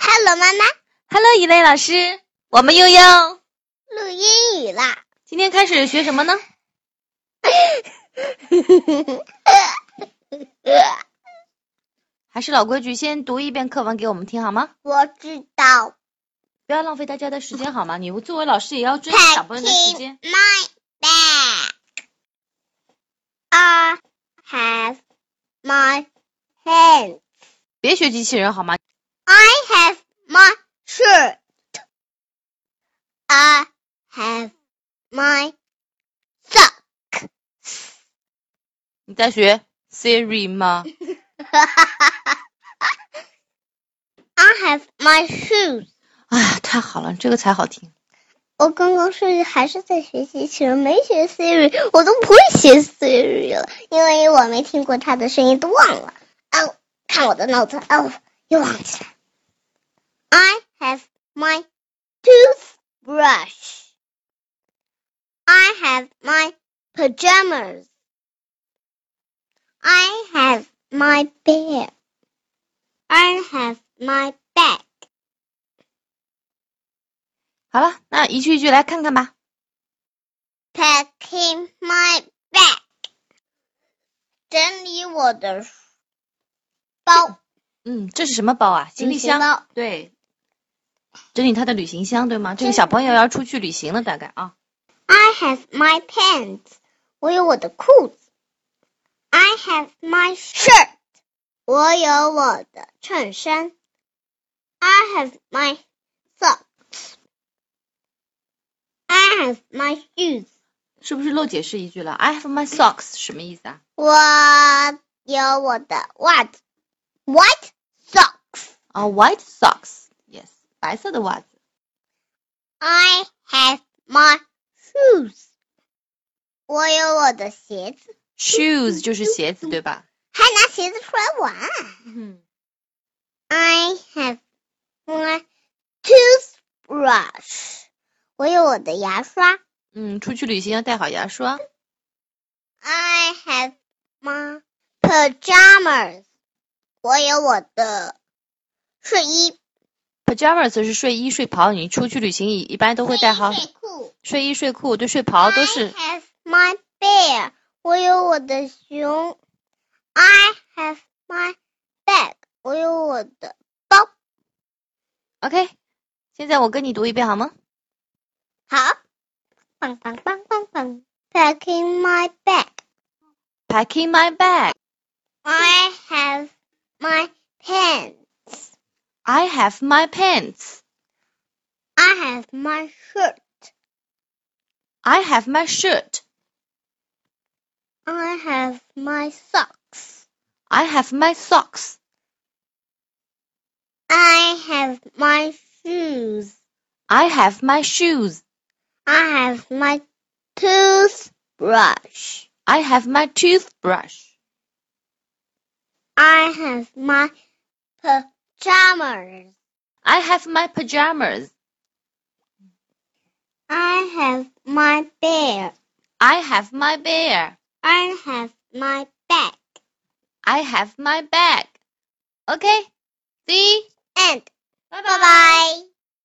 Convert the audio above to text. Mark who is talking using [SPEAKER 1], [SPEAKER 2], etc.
[SPEAKER 1] Hello，妈妈，
[SPEAKER 2] Hello，一位老师，我们又要
[SPEAKER 1] 录英语啦！
[SPEAKER 2] 今天开始学什么呢？还是老规矩，先读一遍课文给我们听好吗？
[SPEAKER 1] 我知道
[SPEAKER 2] 不要浪费大家的时间好吗？你作为老师也要珍惜小朋友的时间
[SPEAKER 1] packing。my bag. I have my pen.
[SPEAKER 2] 别学机器人好吗？
[SPEAKER 1] I have my shirt. I have my sock.
[SPEAKER 2] 你在学 Siri 吗？
[SPEAKER 1] I have my shoes.
[SPEAKER 2] 哎呀，太好了，这个才好听。
[SPEAKER 1] 我刚刚是还是在学习企鹅，没学 Siri，我都不会学 Siri 了，因为我没听过它的声音，都忘了。哦，看我的脑子，哦，又忘记了。I have my toothbrush. I have my pajamas. I have my bed. I have my bag.
[SPEAKER 2] 好了，那一句一句来看看吧。
[SPEAKER 1] packing my bag，整理我的书包、
[SPEAKER 2] 嗯，这是什么包啊？行李箱。
[SPEAKER 1] 包。
[SPEAKER 2] 对，整理他的旅行箱，对吗？这个小朋友要出去旅行了，大概啊。
[SPEAKER 1] I have my pants，我有我的裤子。I have my shirt，我有我的衬衫。I have my socks。I have my shoes，
[SPEAKER 2] 是不是漏解释一句了？I have my socks 什么意思啊？
[SPEAKER 1] 我有我的袜子。White socks。
[SPEAKER 2] 啊、w h i t e socks，yes，白色的袜子。
[SPEAKER 1] I have my shoes。我有我的鞋子，
[SPEAKER 2] Shoes 就是鞋子，对吧？
[SPEAKER 1] 还拿鞋子出来玩。
[SPEAKER 2] 嗯，
[SPEAKER 1] I have my toothbrush。我有我的牙刷。
[SPEAKER 2] 嗯，出去旅行要带好牙刷。
[SPEAKER 1] I have my pajamas。我有我的睡衣、
[SPEAKER 2] Pajamas 是睡衣、睡袍，你出去旅行一一般都会带好
[SPEAKER 1] 睡衣睡裤。
[SPEAKER 2] 睡衣、睡裤，对，睡袍都
[SPEAKER 1] I
[SPEAKER 2] 是。
[SPEAKER 1] have my bear，我有我的熊。I have my bag，我有我的
[SPEAKER 2] OK，现在我跟你读一遍好吗？
[SPEAKER 1] 好。棒棒棒棒棒，packing my bag。
[SPEAKER 2] Packing my bag,
[SPEAKER 1] I have my pen.
[SPEAKER 2] I have my pants,
[SPEAKER 1] I have my shirt.
[SPEAKER 2] I have my shirt,
[SPEAKER 1] I have my socks.
[SPEAKER 2] I have my socks.
[SPEAKER 1] I have my shoes.
[SPEAKER 2] I have my shoes.
[SPEAKER 1] I have my toothbrush.
[SPEAKER 2] I have my toothbrush.
[SPEAKER 1] I have my pajamas.
[SPEAKER 2] I have my pajamas.
[SPEAKER 1] I have my bear.
[SPEAKER 2] I have my bear.
[SPEAKER 1] I have my bag.
[SPEAKER 2] I have my bag. Okay. See?
[SPEAKER 1] And
[SPEAKER 2] Bye
[SPEAKER 1] bye bye.